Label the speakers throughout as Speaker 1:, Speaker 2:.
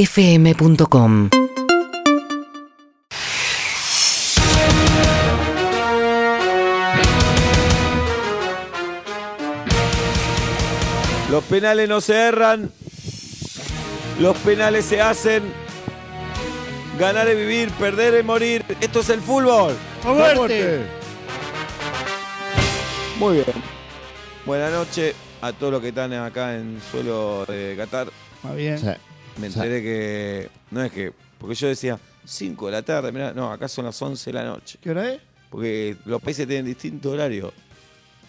Speaker 1: urbanaplayfm.com
Speaker 2: Los penales no se erran. Los penales se hacen. Ganar es vivir, perder es morir. Esto es el fútbol.
Speaker 3: ¡A muerte!
Speaker 2: Muy bien. Buenas noches a todos los que están acá en suelo de Qatar.
Speaker 3: Más bien.
Speaker 2: Me enteré que. No es que. Porque yo decía 5 de la tarde. mirá, no, acá son las 11 de la noche.
Speaker 3: ¿Qué hora es?
Speaker 2: Porque los países tienen distinto horario.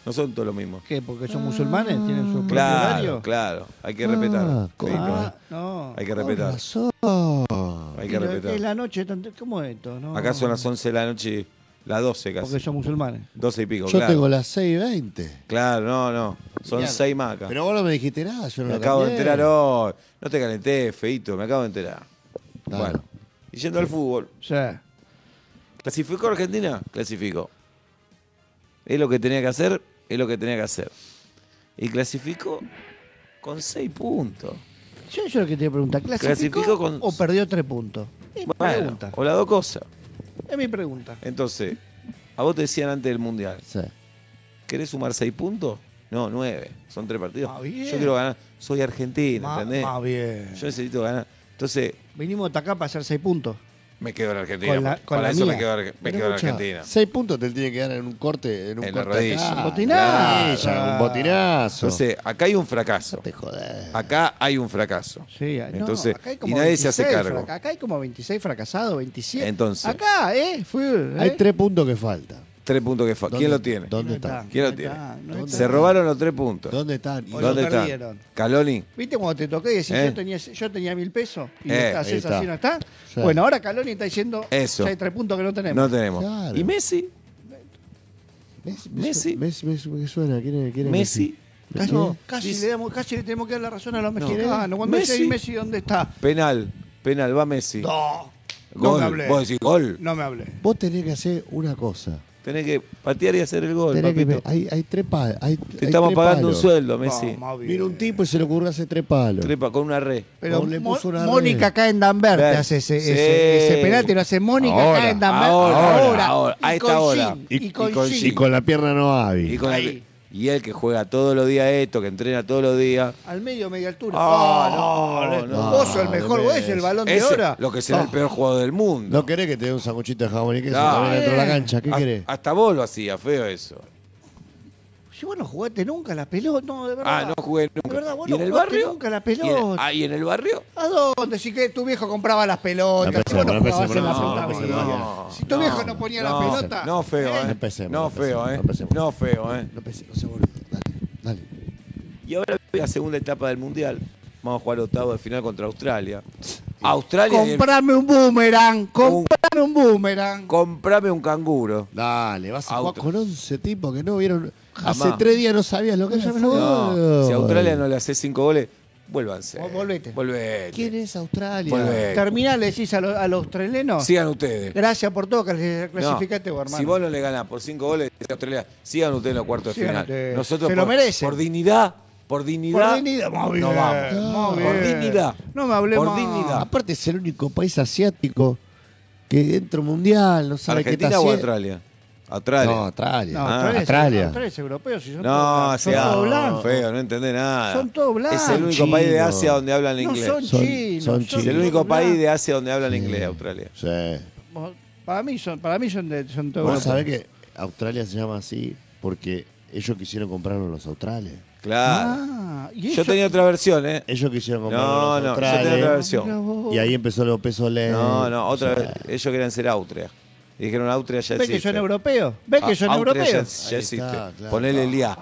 Speaker 2: No son todos los mismos.
Speaker 3: ¿Qué? ¿Porque son musulmanes? ¿Tienen su propio
Speaker 2: Ah, Claro,
Speaker 3: horario?
Speaker 2: claro. Hay que respetar.
Speaker 4: Ah,
Speaker 2: Sí,
Speaker 4: claro.
Speaker 3: Ah, no.
Speaker 2: Hay que respetar. Hay que
Speaker 3: Pero Es
Speaker 2: respetar.
Speaker 3: la noche, tanto- ¿cómo es esto? No.
Speaker 2: Acá son las 11 de la noche, las 12
Speaker 3: Porque
Speaker 2: casi.
Speaker 3: son musulmanes.
Speaker 2: 12 y pico,
Speaker 4: Yo
Speaker 2: claro.
Speaker 4: tengo las 6.20.
Speaker 2: Claro, no, no. Son
Speaker 4: Mirá,
Speaker 2: 6 más acá.
Speaker 4: Pero vos no me dijiste nada, yo no
Speaker 2: Me
Speaker 4: lo
Speaker 2: acabo de
Speaker 4: cambié.
Speaker 2: enterar hoy. No te calenté, feito, me acabo de enterar.
Speaker 4: Claro.
Speaker 2: Bueno, y yendo al fútbol,
Speaker 3: O sea,
Speaker 2: ¿clasificó Argentina? Clasificó. Es lo que tenía que hacer, es lo que tenía que hacer. Y clasificó con 6 puntos.
Speaker 3: yo, yo lo que te pregunto, ¿clasificó,
Speaker 2: Clasificó con-
Speaker 3: o perdió tres puntos? Es mi
Speaker 2: Bueno,
Speaker 3: pregunta.
Speaker 2: o las dos cosas.
Speaker 3: Es mi pregunta.
Speaker 2: Entonces, a vos te decían antes del Mundial, ¿querés sumar 6 puntos? No, 9. Son 3 partidos.
Speaker 3: Ah, bien.
Speaker 2: Yo quiero ganar. Soy Argentina,
Speaker 3: Ma-
Speaker 2: ¿entendés?
Speaker 3: más bien.
Speaker 2: Yo necesito ganar. Entonces,
Speaker 3: Vinimos hasta acá para hacer seis puntos.
Speaker 2: me quedo en Argentina.
Speaker 3: Con la- con
Speaker 2: Para
Speaker 3: la
Speaker 2: eso
Speaker 3: mía.
Speaker 2: me quedo, en Arge- me quedo en Argentina.
Speaker 4: 6 puntos te tiene que dar en un corte. En un
Speaker 2: En la
Speaker 4: corte
Speaker 2: rodilla.
Speaker 3: Ah,
Speaker 4: acá.
Speaker 2: Un
Speaker 3: botinazo.
Speaker 4: Claro, un botinazo.
Speaker 2: Entonces, acá hay un fracaso.
Speaker 4: No te jodés.
Speaker 2: Acá hay un fracaso.
Speaker 3: Sí, no,
Speaker 2: Entonces,
Speaker 3: acá hay
Speaker 2: y
Speaker 3: como
Speaker 2: nadie se hace
Speaker 3: 26
Speaker 2: cargo.
Speaker 3: fraca- acá hay como 26 fracasados, 27.
Speaker 2: Entonces.
Speaker 3: Acá, ¿eh? Fue, ¿eh?
Speaker 4: Hay 3 puntos que faltan.
Speaker 2: Tres puntos que faltan.
Speaker 4: ¿Dónde-
Speaker 2: ¿Quién lo tiene?
Speaker 4: ¿Dónde
Speaker 3: No
Speaker 4: están?
Speaker 2: ¿Quién lo
Speaker 3: No
Speaker 2: tiene?
Speaker 3: está, no
Speaker 4: ¿Dónde
Speaker 2: Se
Speaker 4: está?
Speaker 2: robaron los tres puntos.
Speaker 4: ¿Dónde están? Y-
Speaker 3: Hoy
Speaker 2: ¿Dónde
Speaker 3: lo
Speaker 2: están?
Speaker 3: perdieron.
Speaker 2: ¿Caloni?
Speaker 3: ¿Viste cuando te toqué y decís,
Speaker 2: ¿Eh?
Speaker 3: yo, tenía, yo tenía mil pesos y
Speaker 2: Eh,
Speaker 3: le
Speaker 2: ahí
Speaker 3: haces
Speaker 4: está.
Speaker 3: así, no está?
Speaker 4: Sí.
Speaker 3: Bueno, ahora Caloni está diciendo
Speaker 2: Eso.
Speaker 3: ya hay tres puntos que no tenemos.
Speaker 2: No tenemos.
Speaker 4: Claro.
Speaker 2: ¿Y Messi?
Speaker 4: Messi.
Speaker 2: Messi.
Speaker 4: Messi. Messi. Messi. ¿Qué suena? ¿Quién es, quién es
Speaker 2: Messi.
Speaker 3: Casi,
Speaker 2: No,
Speaker 3: casi
Speaker 2: dice-
Speaker 3: le damos- casi le tenemos que dar la razón a los
Speaker 2: No.
Speaker 3: mexicanos. Cuando
Speaker 2: Messi.
Speaker 3: Messi. Messi, ¿dónde está?
Speaker 2: Penal. Penal. Va Messi.
Speaker 3: No, no me
Speaker 2: Gol.
Speaker 3: hablé.
Speaker 2: Vos decís gol.
Speaker 3: No me hablé.
Speaker 4: Vos tenés que hacer una cosa.
Speaker 2: Tenés que patear y hacer el gol,
Speaker 4: Tenés que
Speaker 2: papito.
Speaker 4: ver- hay, hay tres palos. Hay,
Speaker 2: Te
Speaker 4: hay
Speaker 2: estamos
Speaker 4: tres
Speaker 2: pagando un
Speaker 4: palos.
Speaker 2: sueldo, Messi.
Speaker 3: Vamos, bien.
Speaker 4: Vino un tipo y se le ocurrió hacer tres palos.
Speaker 2: Trepa con una red.
Speaker 3: Pero
Speaker 4: Vos le
Speaker 3: Mo-
Speaker 4: puso una red.
Speaker 3: Mónica acá en Danvers te
Speaker 2: Claro.
Speaker 3: hace ese,
Speaker 2: Sí.
Speaker 3: ese, ese penalti, lo hace Mónica acá
Speaker 4: Ahora,
Speaker 3: en Danvers.
Speaker 2: ahora, ahora, a
Speaker 3: y
Speaker 2: esta
Speaker 3: con
Speaker 2: hora.
Speaker 3: Jean,
Speaker 4: Y-
Speaker 3: Y con
Speaker 2: y con
Speaker 3: Jean.
Speaker 4: Y con la pierna no hábil.
Speaker 2: Y, con el-
Speaker 3: Ahí.
Speaker 2: y él que juega todos los días esto, que entrena todos los días.
Speaker 3: Al medio, media altura.
Speaker 2: Ah, no, no.
Speaker 3: Vos sos el mejor, vos es el balón de
Speaker 2: Ese,
Speaker 3: hora.
Speaker 2: Lo que será el peor jugador del mundo.
Speaker 4: ¿No querés Ah. que te dé un sanguchito de jabón y queso
Speaker 2: Claro.
Speaker 4: también dentro de la
Speaker 3: Bien.
Speaker 4: cancha? ¿Qué
Speaker 2: Ha-
Speaker 4: querés?
Speaker 2: Hasta vos lo hacía, feo eso.
Speaker 3: Si vos no jugaste nunca la pelota, no, de verdad.
Speaker 2: Ah, no jugué nunca.
Speaker 3: De verdad, vos
Speaker 2: ¿Y
Speaker 3: no
Speaker 2: en el
Speaker 3: jugaste
Speaker 2: barrio?
Speaker 3: nunca la
Speaker 2: ¿Y en el-
Speaker 3: pelota.
Speaker 2: ah, ¿y en el barrio?
Speaker 3: ¿A dónde? Si que tu viejo compraba las pelotas.
Speaker 4: No empecemos,
Speaker 3: si vos
Speaker 4: no empecemos,
Speaker 3: jugabas en
Speaker 4: no
Speaker 3: las
Speaker 4: empecemos,
Speaker 3: octavas de
Speaker 4: no,
Speaker 3: liga. Si tu viejo no ponía
Speaker 2: no,
Speaker 3: la pelota.
Speaker 2: No, feo, ¿eh?
Speaker 4: No empecemos,
Speaker 2: no,
Speaker 4: no
Speaker 2: feo, ¿eh?
Speaker 4: empecemos,
Speaker 2: No, feo, ¿eh?
Speaker 4: No pensé, no se boludo. Dale, dale.
Speaker 2: Y ahora viene la segunda etapa del Mundial. Vamos a jugar octavo de final contra Australia. Australia, y el-
Speaker 3: Comprame un boomerang, comprame un boomerang.
Speaker 2: comprame un canguro.
Speaker 4: Dale, vas a
Speaker 2: Auto.
Speaker 4: jugar con 11 tipos que no vieron.
Speaker 2: Jamás.
Speaker 4: Hace tres días no sabías lo que era. el
Speaker 2: No,
Speaker 4: fútbol.
Speaker 2: si a Australia no le hace cinco goles, vuélvanse.
Speaker 3: Vos volvete.
Speaker 2: Volvete.
Speaker 4: ¿Quién es Australia?
Speaker 2: Volvé.
Speaker 3: Terminá, le decís a, lo- a los trelenos.
Speaker 2: Sigan ustedes.
Speaker 3: Gracias por todo, clas-
Speaker 2: No,
Speaker 3: clasificate vos, hermano.
Speaker 2: Si vos no le ganás por cinco goles a Australia, sigan ustedes en los cuartos de
Speaker 3: Sigan
Speaker 2: final.
Speaker 3: ustedes.
Speaker 2: Nosotros
Speaker 3: Se
Speaker 2: por,
Speaker 3: lo merecen.
Speaker 2: por dignidad, por dignidad.
Speaker 3: Por dignidad, muy
Speaker 2: no
Speaker 3: bien,
Speaker 2: vamos.
Speaker 3: Eh, muy
Speaker 2: Por
Speaker 3: bien.
Speaker 2: dignidad.
Speaker 3: No me hablé
Speaker 2: Por
Speaker 3: más.
Speaker 2: dignidad.
Speaker 4: Ah, Aparte es el único país asiático que dentro mundial no sabe qué está
Speaker 2: ¿Argentina o
Speaker 4: haciendo.
Speaker 2: Australia? Australia.
Speaker 4: No, Australia.
Speaker 3: No,
Speaker 2: Ah,
Speaker 3: Australia, es-
Speaker 4: Australia.
Speaker 3: Australia es europeo, si son
Speaker 2: No,
Speaker 3: todos-
Speaker 2: se
Speaker 3: son todos blancos.
Speaker 2: feo, no entendés nada.
Speaker 3: Son todos blancos.
Speaker 2: Es el único
Speaker 4: Chino.
Speaker 2: país de Asia donde hablan
Speaker 3: No
Speaker 2: inglés.
Speaker 3: son,
Speaker 4: Son-
Speaker 3: chinos.
Speaker 4: son
Speaker 3: son
Speaker 4: chinos.
Speaker 2: es el
Speaker 3: todos
Speaker 2: único país de
Speaker 3: blancos.
Speaker 2: Asia donde hablan inglés, Australia.
Speaker 4: Sí.
Speaker 3: Para mí son, para mí son, de, son todos
Speaker 4: Vos
Speaker 3: blancos.
Speaker 4: sabés que Australia se llama así porque ellos quisieron comprarlo los australes.
Speaker 2: Claro.
Speaker 3: Ah, y
Speaker 2: Yo
Speaker 3: eso-
Speaker 2: tenía otra versión, ¿eh?
Speaker 4: Ellos quisieron comprarlo
Speaker 2: No,
Speaker 4: los
Speaker 2: no, yo
Speaker 4: australes.
Speaker 2: tenía otra
Speaker 3: Mira
Speaker 2: versión.
Speaker 3: vos.
Speaker 4: Y ahí empezó los pesos leves.
Speaker 2: No, no, otra vez. Ellos querían ser Austria. Y dijeron Austria ya
Speaker 3: ¿Ves
Speaker 2: existe.
Speaker 3: que son europeos? ¿Ves que
Speaker 2: Ah,
Speaker 3: son
Speaker 2: Austria ya-
Speaker 3: europeos?
Speaker 2: Ya
Speaker 4: Ahí
Speaker 2: existe.
Speaker 4: está, claro.
Speaker 2: Ponele el IA.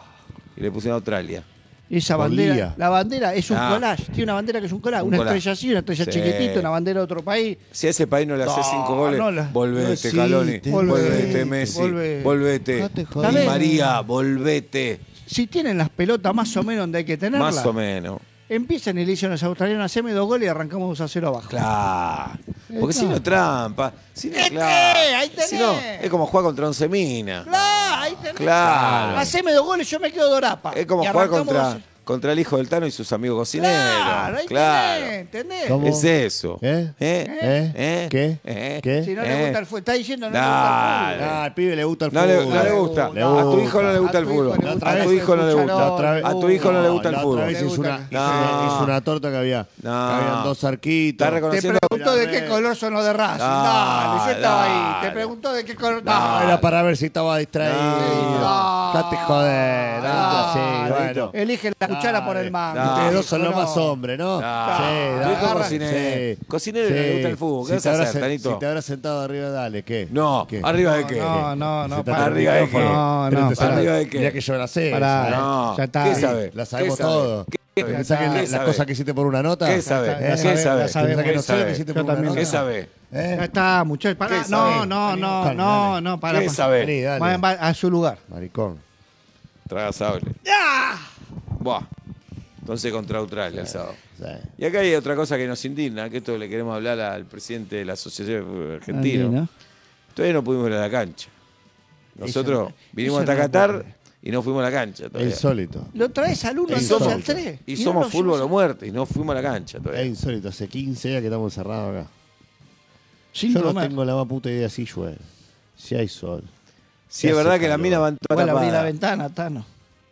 Speaker 2: Y le pusieron Australia.
Speaker 3: Esa
Speaker 4: Con
Speaker 3: bandera,
Speaker 4: Lía.
Speaker 3: la bandera es un
Speaker 2: Ah.
Speaker 3: collage, tiene una bandera que es un collage,
Speaker 2: Un
Speaker 3: una
Speaker 2: collage.
Speaker 3: estrella así, una estrella
Speaker 2: Sí.
Speaker 3: chiquitita, una bandera de otro país.
Speaker 2: Si a ese país no le haces
Speaker 3: No,
Speaker 2: cinco goles,
Speaker 3: no la-
Speaker 4: no
Speaker 2: volvete,
Speaker 4: existe.
Speaker 2: Caloni.
Speaker 4: Volvete,
Speaker 2: Volvete, Messi.
Speaker 3: volvete.
Speaker 2: Volvete.
Speaker 4: Dejate joder.
Speaker 2: Di
Speaker 3: Está bien.
Speaker 2: María, volvete.
Speaker 3: Si tienen las pelotas más o menos donde hay que tenerlas,
Speaker 2: Más o menos.
Speaker 3: empiezan y le dicen a los australianos, haceme dos goles y arrancamos 2 a 0 abajo.
Speaker 2: Claro. Porque si no trampa, si no
Speaker 3: Este,
Speaker 2: claro.
Speaker 3: ahí tenés.
Speaker 2: Si no, es como jugar contra once minas.
Speaker 3: Claro, ahí tenés.
Speaker 2: Claro.
Speaker 3: Haceme dos goles, yo me quedo dorapa.
Speaker 2: Es como
Speaker 3: Y
Speaker 2: jugar
Speaker 3: arrancamos
Speaker 2: contra,
Speaker 3: dos-
Speaker 2: Contra el hijo del Tano y sus amigos cocineros.
Speaker 3: Claro, ahí
Speaker 2: claro.
Speaker 3: tenés, ¿entendés?
Speaker 4: ¿Cómo?
Speaker 2: Es eso.
Speaker 4: ¿Eh?
Speaker 2: ¿Eh?
Speaker 4: ¿Eh?
Speaker 2: ¿Eh?
Speaker 4: ¿Qué?
Speaker 2: ¿Eh?
Speaker 4: ¿Qué?
Speaker 3: Si no le
Speaker 2: Eh.
Speaker 3: gusta el fútbol, está diciendo no
Speaker 2: Dale.
Speaker 3: le gusta el fútbol.
Speaker 4: Ah, al pibe le gusta el
Speaker 2: No
Speaker 4: fútbol.
Speaker 2: le, no le gusta.
Speaker 4: Le
Speaker 2: A tu hijo no le gusta el
Speaker 3: A tu hijo
Speaker 2: fútbol.
Speaker 3: le gusta
Speaker 2: A tu
Speaker 3: el
Speaker 2: hijo no le
Speaker 3: fútbol.
Speaker 2: gusta.
Speaker 4: La otra vez-
Speaker 2: A tu hijo no le gusta el
Speaker 4: la
Speaker 2: fútbol.
Speaker 4: Otra vez
Speaker 3: Le
Speaker 4: hizo
Speaker 3: gusta
Speaker 4: una,
Speaker 3: el-
Speaker 4: hizo una-
Speaker 2: No.
Speaker 4: hizo una torta que había.
Speaker 2: No.
Speaker 4: que habían dos arquitos.
Speaker 2: Está reconocido.
Speaker 3: Te
Speaker 2: Conociendo-
Speaker 3: preguntó de qué
Speaker 4: Dale.
Speaker 3: color son los de Racing. Dale, yo estaba ahí.
Speaker 2: Dale.
Speaker 3: Te preguntó de qué color.
Speaker 4: No,
Speaker 3: Dale.
Speaker 4: era para ver si estaba distraído.
Speaker 3: No.
Speaker 4: Date joder.
Speaker 3: Dale.
Speaker 2: Ah,
Speaker 4: sí, bueno.
Speaker 3: Elige la cuchara por el mango.
Speaker 2: Dale.
Speaker 4: Ustedes dos son
Speaker 3: Hijo,
Speaker 4: los más
Speaker 3: no.
Speaker 4: hombres, ¿no?
Speaker 2: Dale.
Speaker 4: Sí,
Speaker 3: Tú como
Speaker 2: cocinero. Cocinero y no le gusta el fútbol. ¿Qué vas
Speaker 4: te
Speaker 2: a
Speaker 4: habrás
Speaker 2: hacer,
Speaker 4: sen-
Speaker 2: Tanito?
Speaker 4: Si te habrás sentado arriba, dale, ¿qué?
Speaker 2: No,
Speaker 4: ¿Qué?
Speaker 2: arriba de qué.
Speaker 3: No, no, no.
Speaker 4: Se te
Speaker 3: pará.
Speaker 4: abre el
Speaker 2: arriba de
Speaker 4: micrófono.
Speaker 2: qué.
Speaker 3: No,
Speaker 4: Pero
Speaker 3: no,
Speaker 4: te
Speaker 2: pará.
Speaker 4: sabes-
Speaker 2: Arriba de qué.
Speaker 4: Mirá que yo la sé.
Speaker 3: Pará,
Speaker 4: esa, ¿eh?
Speaker 2: No.
Speaker 3: Ya está.
Speaker 2: ¿Qué
Speaker 3: Sí,
Speaker 2: sabe?
Speaker 4: la sabemos
Speaker 2: ¿Qué sabe?
Speaker 4: todo.
Speaker 2: ¿Qué-
Speaker 4: ¿Te pensás que
Speaker 3: está.
Speaker 4: la-
Speaker 2: ¿Qué
Speaker 4: las
Speaker 2: sabe?
Speaker 4: cosas que hiciste por una nota?
Speaker 2: ¿Qué sabe? ¿Qué
Speaker 4: ¿Eh? ¿Te pensás
Speaker 2: sabe?
Speaker 4: que no
Speaker 2: ¿Qué
Speaker 4: sé lo que
Speaker 2: sabe?
Speaker 4: hiciste
Speaker 3: Yo
Speaker 4: por una
Speaker 3: también.
Speaker 4: nota?
Speaker 2: ¿Qué sabe?
Speaker 4: ¿Eh?
Speaker 3: Ya está, muchachos. Pará.
Speaker 2: ¿Qué
Speaker 3: No,
Speaker 2: sabe?
Speaker 3: no,
Speaker 4: Vení,
Speaker 3: no,
Speaker 4: buscalo,
Speaker 3: no,
Speaker 4: dale.
Speaker 3: no. Pará.
Speaker 2: ¿Qué
Speaker 3: pará.
Speaker 4: Vení,
Speaker 2: sabe?
Speaker 4: dale.
Speaker 3: Va- va a su lugar.
Speaker 4: Maricón.
Speaker 2: Traga sable.
Speaker 3: ¡Ah!
Speaker 2: Buah. Entonces contra Australia el sábado.
Speaker 4: Sí.
Speaker 2: Y acá hay otra cosa que nos indigna, que esto le queremos hablar al presidente de la Asociación de Fútbol Argentino. Todavía no pudimos ir a la cancha. Nosotros
Speaker 3: Eso no-
Speaker 2: vinimos
Speaker 3: eso
Speaker 2: hasta
Speaker 3: no
Speaker 2: Qatar
Speaker 3: puede.
Speaker 2: y no fuimos a la cancha todavía.
Speaker 4: Insólito.
Speaker 3: Lo traes al 1,
Speaker 2: Y
Speaker 3: entonces
Speaker 2: somos,
Speaker 3: al 3.
Speaker 2: y somos fútbol o muerte y no fuimos a la cancha
Speaker 4: Es
Speaker 2: todavía.
Speaker 4: insólito. Hace 15 días que estamos encerrados acá.
Speaker 3: Sin
Speaker 4: Yo no
Speaker 3: comer.
Speaker 4: tengo la más puta idea si llueve, si hay sol.
Speaker 2: Sí, es verdad
Speaker 4: hace
Speaker 2: que las
Speaker 4: calor.
Speaker 2: minas van todas
Speaker 3: Igual abrí la
Speaker 2: tapadas.
Speaker 3: ventana, Tano.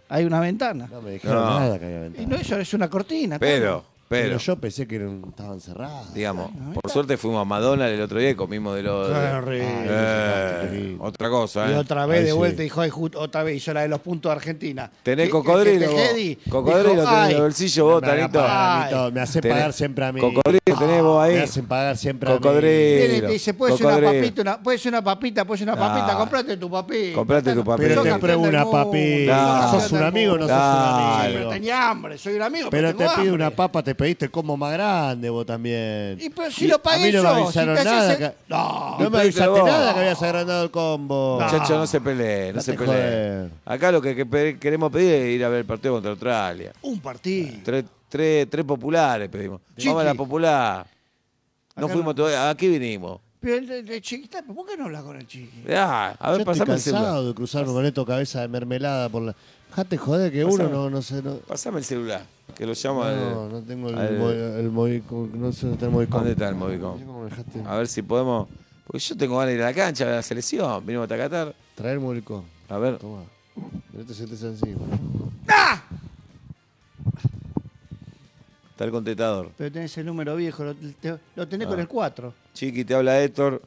Speaker 3: Hay una ventana.
Speaker 4: No me dijeron
Speaker 2: No.
Speaker 4: nada que había ventana.
Speaker 3: Y no, eso es una cortina.
Speaker 2: Pero, pero,
Speaker 4: yo pensé que eran- estaban cerradas.
Speaker 2: digamos, por suerte fuimos a Madonna el otro día y comimos de los...
Speaker 4: Ay, qué rico.
Speaker 2: otra
Speaker 3: Tano.
Speaker 2: cosa,
Speaker 3: Y
Speaker 2: ¿eh?
Speaker 3: otra vez
Speaker 4: Ahí
Speaker 3: de
Speaker 4: sí.
Speaker 3: vuelta dijo, ay, ju- otra vez hizo la de los puntos de Argentina.
Speaker 2: Tenés
Speaker 3: Que- que-
Speaker 2: cocodrilo,
Speaker 3: que
Speaker 2: vos.
Speaker 3: Tejedi
Speaker 2: Cocodrilo
Speaker 3: dijo,
Speaker 2: tenés en el
Speaker 3: "Ay,
Speaker 2: bolsillo vos,
Speaker 4: me hagan
Speaker 2: Tanito.
Speaker 4: pagar a mí
Speaker 3: Ay.
Speaker 4: todo, Me hacen
Speaker 2: Tenés-
Speaker 4: pagar siempre a mí.
Speaker 2: Cocodrilo tenés vos
Speaker 4: Me
Speaker 2: ahí.
Speaker 4: hacen pagar siempre a mí.
Speaker 2: Cocodrilo.
Speaker 3: Viene y te dice, puedes una
Speaker 2: Cocodrilo.
Speaker 3: papita, una, puedes una papita, puedes una papita,
Speaker 2: Ah.
Speaker 3: comprate tu papita.
Speaker 2: Comprate tu
Speaker 3: Tano,
Speaker 2: papita.
Speaker 4: Pero
Speaker 3: soy
Speaker 4: te
Speaker 2: Cocodrilo.
Speaker 4: pruebo
Speaker 3: campeón del
Speaker 4: una
Speaker 3: mundo,
Speaker 4: papi.
Speaker 2: Nah.
Speaker 3: soy
Speaker 4: ¿Sos un
Speaker 3: campeón del
Speaker 4: amigo o no
Speaker 3: mundo".
Speaker 4: sos
Speaker 2: Nah.
Speaker 4: un
Speaker 3: Pero
Speaker 4: amigo?
Speaker 3: tenía hambre, soy un amigo.
Speaker 4: Pero te
Speaker 3: tengo
Speaker 4: pide
Speaker 3: hambre.
Speaker 4: una papa, te pediste el combo más grande vos también.
Speaker 3: Y pero si lo pagué
Speaker 4: A mí no me
Speaker 3: yo, si
Speaker 4: avisaron
Speaker 3: te haces
Speaker 4: nada.
Speaker 3: el-
Speaker 4: que-
Speaker 3: No.
Speaker 4: no me
Speaker 2: Pediste
Speaker 4: avisaste
Speaker 2: vos.
Speaker 4: nada que habías agrandado el combo.
Speaker 2: Muchachos, no se peleen, no
Speaker 4: Date
Speaker 2: se peleen.
Speaker 4: joder.
Speaker 2: Acá lo que, que pe- queremos pedir es ir a ver el partido contra Australia.
Speaker 3: Un partido.
Speaker 2: Tres, tres, tres populares pedimos.
Speaker 3: Chiqui.
Speaker 2: Vamos a la popular. No
Speaker 3: Acá
Speaker 2: fuimos
Speaker 3: no.
Speaker 2: todavía. Aquí vinimos.
Speaker 3: Pero el de, de chiquita, ¿por qué no hablas con el chiqui?
Speaker 2: Ah, a
Speaker 4: Yo
Speaker 2: ver,
Speaker 4: estoy
Speaker 2: pasame el
Speaker 4: cansado
Speaker 2: celular.
Speaker 4: de cruzarme con esto cabeza de mermelada por la. Dejate joder que uno
Speaker 2: Pasame.
Speaker 4: no, no sé. No,
Speaker 2: Pasame el celular. Que lo llamo
Speaker 4: no,
Speaker 2: al-
Speaker 4: no tengo el,
Speaker 2: al-
Speaker 4: mo- el Movicom, No sé dónde está el Movicom.
Speaker 2: ¿Dónde está el
Speaker 4: No sé
Speaker 2: Movicom?
Speaker 4: cómo me dejaste.
Speaker 2: A ver si podemos. Porque yo tengo ganas de ir a la cancha, a la selección. Vinimos hasta Qatar.
Speaker 4: Traer el Movicom.
Speaker 2: A ver.
Speaker 4: Toma. este No te sientes encima.
Speaker 2: Está el contestador.
Speaker 3: Pero tenés el número viejo, lo, te- lo tenés
Speaker 2: Ah.
Speaker 3: con el 4.
Speaker 2: Chiqui, te habla Héctor.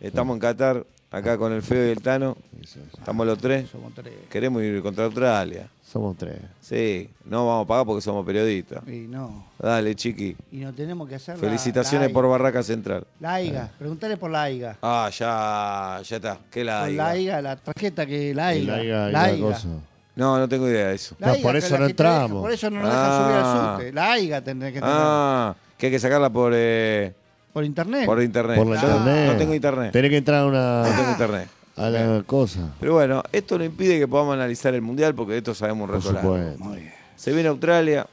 Speaker 2: Estamos en Qatar. Acá con el Feo y el Tano.
Speaker 4: Eso es.
Speaker 2: Estamos los tres.
Speaker 3: Somos tres.
Speaker 2: Queremos ir contra Australia.
Speaker 4: Somos tres.
Speaker 2: Sí, no vamos a pagar porque somos periodistas.
Speaker 3: Y no.
Speaker 2: Dale, Chiqui.
Speaker 3: Y no tenemos que hacer la-
Speaker 2: Felicitaciones
Speaker 3: la,
Speaker 2: por Barraca Central.
Speaker 3: La AIGA. Preguntale por la AIGA.
Speaker 2: Ah, ya, ya está. ¿Qué la
Speaker 3: Por
Speaker 2: diga?
Speaker 3: la AIGA, la tarjeta que la AIGA.
Speaker 4: El Aiga,
Speaker 3: la
Speaker 4: Aiga
Speaker 3: AIGA.
Speaker 4: cosa.
Speaker 2: No, no tengo idea de eso.
Speaker 3: La
Speaker 4: No,
Speaker 3: AIGA,
Speaker 4: por
Speaker 3: que
Speaker 4: eso
Speaker 3: es la
Speaker 4: no
Speaker 3: que te deja,
Speaker 4: entramos.
Speaker 3: por eso no nos dejan subir
Speaker 2: Ah.
Speaker 3: al subte. La AIGA tendré que tener.
Speaker 2: Ah, que hay que sacarla por, eh,
Speaker 3: Por internet.
Speaker 2: por internet.
Speaker 4: Por la
Speaker 2: Yo no-
Speaker 4: internet.
Speaker 2: No tengo internet.
Speaker 4: Tenés que entrar a una.
Speaker 2: No tengo internet.
Speaker 4: A la cosa.
Speaker 2: Pero bueno, esto no impide que podamos analizar el mundial porque de esto sabemos un
Speaker 4: Por
Speaker 2: rato largo.
Speaker 4: supuesto.
Speaker 2: Se viene Australia,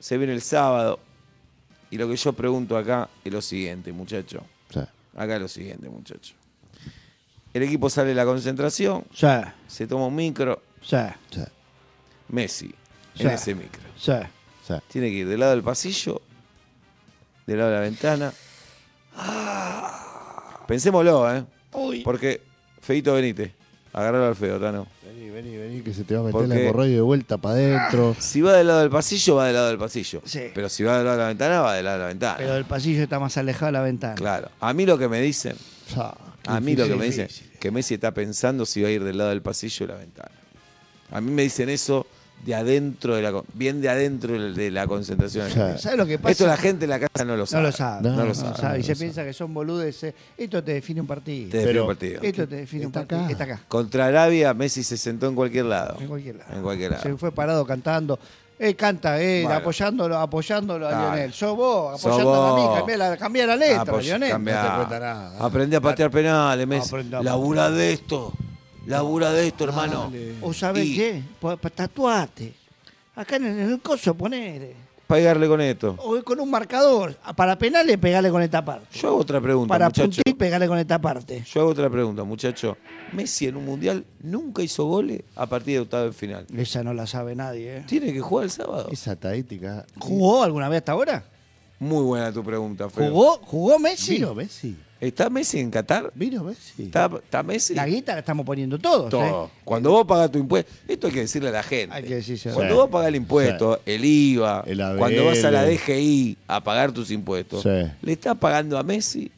Speaker 2: se viene el sábado. Y lo que yo pregunto acá es lo siguiente, muchacho.
Speaker 4: Sí.
Speaker 2: Acá es lo siguiente, muchacho. El equipo sale de la concentración,
Speaker 3: Ya,
Speaker 2: se toma un micro,
Speaker 3: ya,
Speaker 4: Sí.
Speaker 2: Messi, en
Speaker 3: Ya.
Speaker 2: ese micro.
Speaker 3: ya.
Speaker 4: Sí.
Speaker 2: Tiene que ir del lado del pasillo, del lado de la ventana. Pensémoslo, ¿eh?
Speaker 3: Ah. Uy.
Speaker 2: Porque, Feito Benítez, agarralo al feo, Tano.
Speaker 4: Vení, vení, vení, que se te va a meter
Speaker 2: Porque-
Speaker 4: la hemorroide de vuelta para adentro.
Speaker 2: Si va del lado del pasillo, va del lado del pasillo.
Speaker 3: Sí.
Speaker 2: Pero si va del lado de la ventana, va del lado de la ventana.
Speaker 3: Pero el pasillo está más alejado de la ventana.
Speaker 2: Claro. A mí lo que me dicen,
Speaker 4: Ah, qué
Speaker 2: a mí lo que me
Speaker 4: difícil.
Speaker 2: dicen, que Messi está pensando si va a ir del lado del pasillo o la ventana. A mí me dicen eso de adentro de la con- bien de adentro de la concentración.
Speaker 4: O sea,
Speaker 3: ¿Sabes lo que pasa?
Speaker 2: Esto la gente en la casa no lo
Speaker 3: No
Speaker 2: sabe.
Speaker 3: lo sabe.
Speaker 4: No,
Speaker 2: No,
Speaker 4: no
Speaker 2: lo
Speaker 4: lo
Speaker 2: sabe.
Speaker 4: sabe.
Speaker 3: Y se piensa que son boludes. eh. Esto te define un partido.
Speaker 2: Te define
Speaker 4: Pero-
Speaker 2: un partido.
Speaker 3: Esto te define un
Speaker 4: Está
Speaker 3: partido.
Speaker 4: acá.
Speaker 3: Está acá.
Speaker 2: Contra Arabia, Messi se sentó en cualquier lado.
Speaker 3: En cualquier lado.
Speaker 2: En cualquier lado.
Speaker 3: Se fue parado cantando. Él canta, él,
Speaker 2: Bueno.
Speaker 3: apoyándolo, apoyándolo a
Speaker 2: Claro.
Speaker 3: Lionel. Sos vos,
Speaker 2: Sos
Speaker 3: apoyando a
Speaker 2: vos.
Speaker 3: mí, cambiá la, cambiá la letra,
Speaker 2: Ah, pues,
Speaker 3: Lionel.
Speaker 2: cambiá.
Speaker 4: no te cuenta nada.
Speaker 2: Aprendí a patear penales, Messi.
Speaker 3: Aprendí a-
Speaker 2: Labura de esto. Labura de esto, hermano.
Speaker 3: O sabés
Speaker 2: Y
Speaker 3: qué, Pa- pa- tatuate. Acá en el, en el coso ponele.
Speaker 2: pegarle con esto.
Speaker 3: O con un marcador. Ah, Para penales, pegale con esta parte.
Speaker 2: Yo hago otra pregunta,
Speaker 3: Para
Speaker 2: muchacho.
Speaker 3: puntil, pegale con esta parte.
Speaker 2: Yo hago otra pregunta, muchacho. Messi en un mundial nunca hizo goles a partir de octavo de final.
Speaker 3: Esa no la sabe nadie, ¿eh?
Speaker 2: Tiene que jugar el sábado.
Speaker 4: Esa estadística.
Speaker 3: ¿Jugó alguna vez hasta ahora?
Speaker 2: Muy buena tu pregunta, Feo.
Speaker 3: ¿Jugó, jugó Messi?
Speaker 4: ¿Vino Messi?
Speaker 2: ¿Está Messi en Qatar?
Speaker 4: ¿Vino Messi?
Speaker 2: ¿Está, está Messi?
Speaker 3: La guita la estamos poniendo todos.
Speaker 2: Todo.
Speaker 3: ¿eh?
Speaker 2: Cuando vos pagás tu impuesto, esto hay que decirle a la gente.
Speaker 3: Hay que decírselo.
Speaker 2: Cuando
Speaker 4: Sí.
Speaker 2: vos pagás el impuesto, el IVA,
Speaker 4: El ABL.
Speaker 2: cuando vas a la DGI a pagar tus impuestos,
Speaker 4: Sí.
Speaker 2: le estás pagando a Messi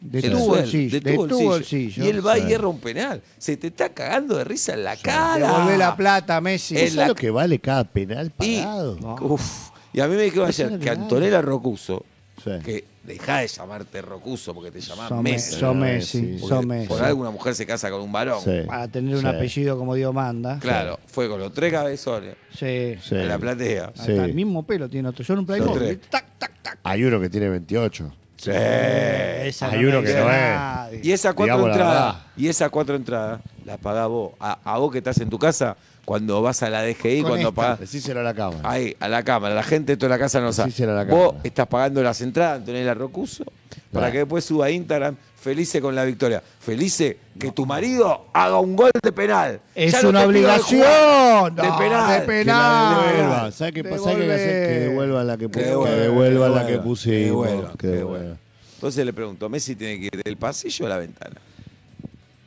Speaker 3: De
Speaker 2: el
Speaker 3: tu
Speaker 2: sueldo,
Speaker 3: bolsillo,
Speaker 2: de tu bolsillo. Y él va y erra un penal. Se te está cagando de risa en la cara.
Speaker 3: Devolvé la plata, Messi.
Speaker 2: El-
Speaker 4: ¿Sabés
Speaker 2: la-
Speaker 4: lo que vale cada penal
Speaker 2: Y,
Speaker 4: pagado?
Speaker 2: uf, y a mí me dijeron
Speaker 4: Eso
Speaker 2: ayer
Speaker 4: era
Speaker 2: que
Speaker 4: legal.
Speaker 2: Antonella Rocuso,
Speaker 4: Sí.
Speaker 2: que dejá de llamarte Rocuso porque te llamás
Speaker 3: Son
Speaker 2: Messi.
Speaker 3: Son
Speaker 4: Ah,
Speaker 3: Messi,
Speaker 4: sí.
Speaker 2: Porque
Speaker 3: son Messi.
Speaker 2: Por alguna mujer se casa con un varón.
Speaker 4: Sí.
Speaker 3: Para tener un
Speaker 4: Sí.
Speaker 3: apellido como Dios manda.
Speaker 2: Claro, fue con los tres cabezones
Speaker 3: Sí.
Speaker 4: Sí.
Speaker 2: de la platea.
Speaker 4: Sí.
Speaker 3: Hasta el mismo pelo tiene otro. Yo en un Playboy.
Speaker 2: tres.
Speaker 3: Tac, tac, tac.
Speaker 4: Hay uno que tiene 28.
Speaker 2: Sí.
Speaker 3: Esa
Speaker 4: hay
Speaker 3: me
Speaker 4: uno que
Speaker 3: dice
Speaker 4: no es.
Speaker 3: nadie.
Speaker 2: Y esas cuatro
Speaker 4: Digamos la
Speaker 2: entradas,
Speaker 4: verdad.
Speaker 2: y esas cuatro entradas las pagás vos. A, a vos que estás en tu casa, cuando vas a la DGI,
Speaker 3: Con
Speaker 2: cuando
Speaker 3: esta.
Speaker 2: pagás.
Speaker 4: Decíselo a la cámara.
Speaker 2: Ahí, a la cámara. La gente de toda la casa no sabe.
Speaker 4: Decíselo a la
Speaker 2: Vos
Speaker 4: cámara.
Speaker 2: estás pagando las entradas, Antonella Rocuso, para
Speaker 4: Claro.
Speaker 2: que después suba a Instagram felice con la victoria. Felice que tu marido haga un gol de penal.
Speaker 3: Es
Speaker 2: Ya no
Speaker 3: una
Speaker 2: te pido de
Speaker 3: obligación.
Speaker 2: jugar. De
Speaker 3: No,
Speaker 2: penal.
Speaker 3: de
Speaker 4: Que
Speaker 3: penal.
Speaker 4: la devuelva. ¿Sabes qué pasa? Que, hay que hacer que
Speaker 3: Devolve.
Speaker 4: devuelva la que
Speaker 2: Que
Speaker 4: pusimos.
Speaker 2: devuelva,
Speaker 4: Que devuelva la que
Speaker 2: devuelva,
Speaker 4: pusimos.
Speaker 2: que devuelva,
Speaker 4: que
Speaker 2: que
Speaker 4: devuelva.
Speaker 2: devuelva. Entonces le pregunto, ¿Messi tiene que ir del pasillo a la ventana?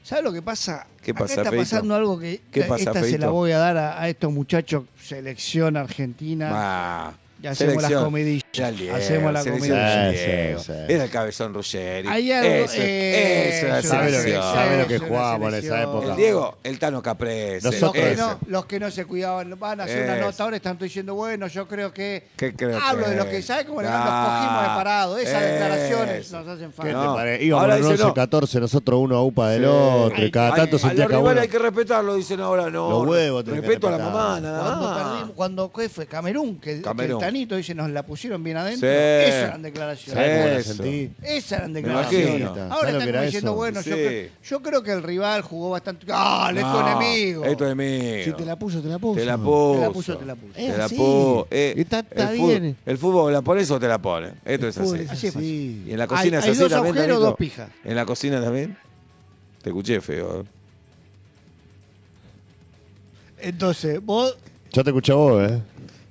Speaker 3: ¿Sabes lo que pasa?
Speaker 2: ¿Qué
Speaker 3: Acá
Speaker 2: pasa,
Speaker 3: está
Speaker 2: Feito?
Speaker 3: pasando algo que
Speaker 2: ¿Qué
Speaker 3: esta-
Speaker 2: pasa,
Speaker 3: esta se
Speaker 2: Feito?
Speaker 3: la voy a dar a, a estos muchachos selección argentina.
Speaker 2: Ah,
Speaker 3: Y hacemos las comidillas.
Speaker 2: Era el Diego,
Speaker 3: Hacemos las
Speaker 2: selección
Speaker 3: comidillas.
Speaker 2: del
Speaker 4: Sí, sí,
Speaker 2: Diego.
Speaker 4: sí.
Speaker 2: Era el cabezón Ruggeri.
Speaker 3: Hay algo- eh,
Speaker 2: eso, es- eso era
Speaker 3: eso,
Speaker 4: ¿Sabe
Speaker 2: la
Speaker 4: lo que-
Speaker 2: selección.
Speaker 4: sabe lo que
Speaker 3: es una
Speaker 4: jugábamos en esa
Speaker 3: selección.
Speaker 4: época?
Speaker 2: El Diego, el Tano Caprese.
Speaker 3: Los
Speaker 4: Nosotros
Speaker 3: que,
Speaker 2: ese.
Speaker 3: no, los que no se cuidaban van a hacer una
Speaker 2: Eso.
Speaker 3: nota ahora están diciendo bueno yo creo que
Speaker 2: ¿Qué creo
Speaker 3: hablo
Speaker 2: que
Speaker 3: de lo que
Speaker 2: es?
Speaker 3: sabe como le
Speaker 2: Ah,
Speaker 3: van los cojimos de parado esas
Speaker 2: eso.
Speaker 3: declaraciones nos hacen
Speaker 4: ¿Qué
Speaker 3: falta
Speaker 2: No.
Speaker 4: te parece? Íbamos
Speaker 2: Ahora
Speaker 4: en
Speaker 2: dice
Speaker 4: 11,
Speaker 2: no.
Speaker 4: 14, nosotros uno a UPA del
Speaker 2: Sí.
Speaker 4: otro. Y cada
Speaker 2: Ay,
Speaker 4: tanto
Speaker 2: a
Speaker 4: sentías
Speaker 2: los
Speaker 4: que a
Speaker 2: rivales
Speaker 4: uno-
Speaker 2: hay que respetarlo, dicen ahora, no.
Speaker 4: Los huevos tenés que
Speaker 2: Respeto a la
Speaker 4: respetar.
Speaker 2: mamá, nada
Speaker 3: cuando
Speaker 2: más.
Speaker 3: perdimos- cuando ¿qué fue Camerún que, que
Speaker 2: Camerún.
Speaker 3: el Tanito dice nos la pusieron bien adentro
Speaker 2: Sí.
Speaker 3: esas eran
Speaker 4: ¿Sabés
Speaker 3: declaraciones
Speaker 4: cómo la
Speaker 2: Eso.
Speaker 4: sentí?
Speaker 3: esas eran
Speaker 2: imagino.
Speaker 3: declaraciones
Speaker 4: ¿Sabés
Speaker 3: ahora
Speaker 4: lo que
Speaker 3: están
Speaker 4: era
Speaker 3: como diciendo
Speaker 4: eso?
Speaker 3: bueno yo,
Speaker 2: Sí.
Speaker 3: creo, yo creo que el rival jugó bastante ah es tu
Speaker 2: No,
Speaker 3: enemigo
Speaker 2: Es tu enemigo.
Speaker 4: Si te la puso, te la puso.
Speaker 2: Te la puso.
Speaker 3: Te la puso, te la puso.
Speaker 2: Te
Speaker 4: Es
Speaker 2: la
Speaker 4: así.
Speaker 2: puso. Eh,
Speaker 4: Está- está
Speaker 2: el, fútbol,
Speaker 4: bien.
Speaker 2: el fútbol, la- por eso te la ponen. Esto es así.
Speaker 4: Pobre,
Speaker 3: así es.
Speaker 4: así.
Speaker 2: Y en la
Speaker 3: Hay-
Speaker 2: cocina es
Speaker 3: hay
Speaker 2: así
Speaker 3: dos
Speaker 2: también.
Speaker 3: agujeros,
Speaker 2: Danilo?
Speaker 3: dos pijas.
Speaker 2: En la cocina también. Te escuché feo. ¿eh?
Speaker 3: entonces vos
Speaker 4: Yo te escuché a vos, ¿eh?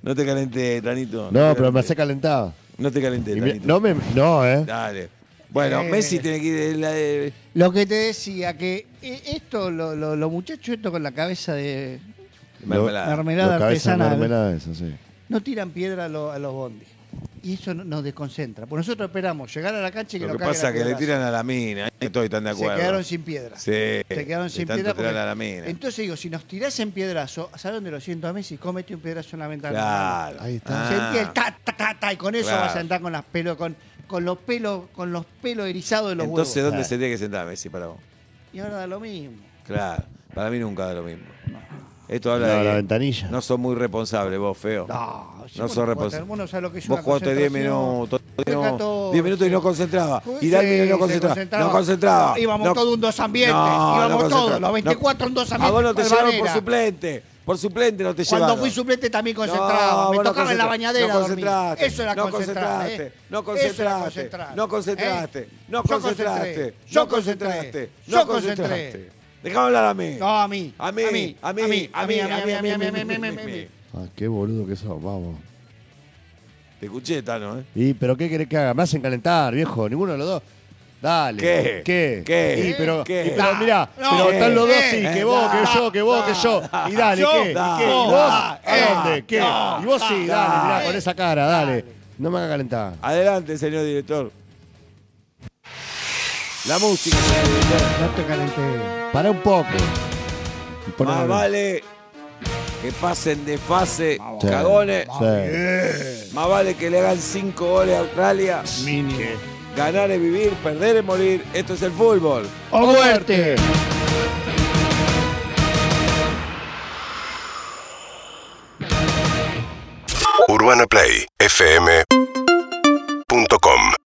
Speaker 2: No te calenté, Tanito. te
Speaker 4: No, pero me
Speaker 2: calenté.
Speaker 4: hacés calentado.
Speaker 2: No te calenté,
Speaker 4: Y mi-
Speaker 2: Tanito.
Speaker 4: No, me, no, ¿eh?
Speaker 2: Dale. Bueno,
Speaker 3: Eh.
Speaker 2: Messi tiene que ir de la de-
Speaker 3: Lo que te decía, que e- esto, los lo, los muchachos, esto con la cabeza de
Speaker 2: mermelada.
Speaker 3: mermelada
Speaker 4: Los cabezas de
Speaker 3: artesanal,
Speaker 4: mermelada, eso, sí.
Speaker 3: no tiran piedra a, lo- a los bondis. Y eso no- nos desconcentra. Porque nosotros esperamos llegar a la cancha y que
Speaker 2: Lo
Speaker 3: no
Speaker 2: que
Speaker 3: caiga
Speaker 2: pasa
Speaker 3: la
Speaker 2: es que le
Speaker 3: piedraza.
Speaker 2: tiran a la mina. Ahí Estoy tan de acuerdo.
Speaker 3: Se quedaron sin piedra.
Speaker 2: Sí.
Speaker 3: Se quedaron sin
Speaker 2: tanto
Speaker 3: piedra.
Speaker 2: tirar
Speaker 3: porque-
Speaker 2: a la mina.
Speaker 3: Entonces digo, si nos tirasen piedrazo, ¿sabes dónde lo siento a Messi? Comete un piedrazo en la ventana.
Speaker 2: Claro. Ah.
Speaker 4: Ahí está.
Speaker 3: Sentí el ta, ta, ta, ta, y con eso
Speaker 2: Claro.
Speaker 3: vas a andar con las pelos, con, con los pelos, con los pelos erizados de los
Speaker 2: Entonces,
Speaker 3: huevos.
Speaker 2: ¿dónde
Speaker 4: Claro.
Speaker 2: se tiene que sentar Messi para vos?
Speaker 3: Y ahora da lo mismo.
Speaker 2: Claro. Para mí nunca da lo mismo. Esto habla
Speaker 4: No,
Speaker 2: de.
Speaker 4: la
Speaker 2: que
Speaker 4: ventanilla.
Speaker 2: No sos muy responsable, vos, feo.
Speaker 3: No,
Speaker 2: No sos responsable.
Speaker 3: Vos no sabés lo que es
Speaker 2: Vos
Speaker 3: una
Speaker 2: jugaste 10
Speaker 3: concentración.
Speaker 2: minutos.
Speaker 3: Juega
Speaker 2: no-
Speaker 3: todo,
Speaker 2: 10 minutos y no
Speaker 3: sí.
Speaker 2: concentraba.
Speaker 3: Jugué-
Speaker 2: Y Dalmiro
Speaker 3: sí,
Speaker 2: no
Speaker 3: se
Speaker 2: concentraba. No concentraba.
Speaker 3: Íbamos
Speaker 2: No-
Speaker 3: todos en dos ambientes.
Speaker 2: No, no
Speaker 3: íbamos
Speaker 2: concentraba.
Speaker 3: todos, los 24 en dos
Speaker 2: A
Speaker 3: ambientes.
Speaker 2: vos no te
Speaker 3: ¿cuál
Speaker 2: llevaron por
Speaker 3: manera?
Speaker 2: suplente. Por suplente no te llevaron.
Speaker 3: Cuando fui suplente también concentraba.
Speaker 2: No,
Speaker 3: Me
Speaker 2: vos no
Speaker 3: tocaba en la
Speaker 2: concentra-
Speaker 3: bañadera.
Speaker 2: No
Speaker 3: dormir.
Speaker 2: concentraste.
Speaker 3: Eso era
Speaker 2: no
Speaker 3: concentrar.
Speaker 2: concentraste.
Speaker 3: ¿eh?
Speaker 2: No
Speaker 3: Eso era
Speaker 2: concentraste.
Speaker 3: concentrar,
Speaker 2: No
Speaker 3: ¿eh?
Speaker 2: concentraste. No
Speaker 3: Yo
Speaker 2: concentraste.
Speaker 3: concentré,
Speaker 2: No
Speaker 3: Yo
Speaker 2: concentraste.
Speaker 3: concentré.
Speaker 2: No
Speaker 3: Yo concentré.
Speaker 2: concentraste. Dejame hablar a mí.
Speaker 3: No, a mí.
Speaker 2: A mí. A mí. A mí. A mí. A mí. A mí. A mí. A mí.
Speaker 4: Ah, qué boludo que sos, vamos.
Speaker 2: Te escuché, Tano, ¿eh?
Speaker 4: ¿Y pero qué querés que haga? Me hacen calentar, viejo. Ninguno de los dos. Dale.
Speaker 2: ¿Qué?
Speaker 4: ¿Qué?
Speaker 2: ¿Qué?
Speaker 4: Y pero,
Speaker 2: ¿Qué?
Speaker 4: y pero mirá,
Speaker 3: No,
Speaker 4: pero
Speaker 2: ¿qué?
Speaker 4: están los dos sí,
Speaker 2: Eh,
Speaker 4: que vos,
Speaker 2: da,
Speaker 4: que yo, que vos, que yo. Y dale,
Speaker 3: Yo,
Speaker 4: ¿qué? ¿Y
Speaker 2: da,
Speaker 4: qué? ¿Y
Speaker 2: da,
Speaker 4: vos?
Speaker 2: eh,
Speaker 4: ¿A dónde? ¿Qué?
Speaker 2: da,
Speaker 4: y vos sí, dale, mirá,
Speaker 3: da,
Speaker 4: con
Speaker 3: eh,
Speaker 4: esa cara, dale.
Speaker 3: dale.
Speaker 4: No me haga calentar.
Speaker 2: Adelante, señor director. La música, señor director.
Speaker 3: No te calenté.
Speaker 4: Pará un poco. Y poneme
Speaker 2: Más
Speaker 4: la-
Speaker 2: vale que pasen de fase,
Speaker 4: Sí,
Speaker 2: cagones.
Speaker 4: sí.
Speaker 2: Más vale que le hagan cinco goles a Australia. Ganar es vivir, perder es morir. Esto es el fútbol.
Speaker 3: ¡O muerte!
Speaker 1: UrbanaPlay fm.com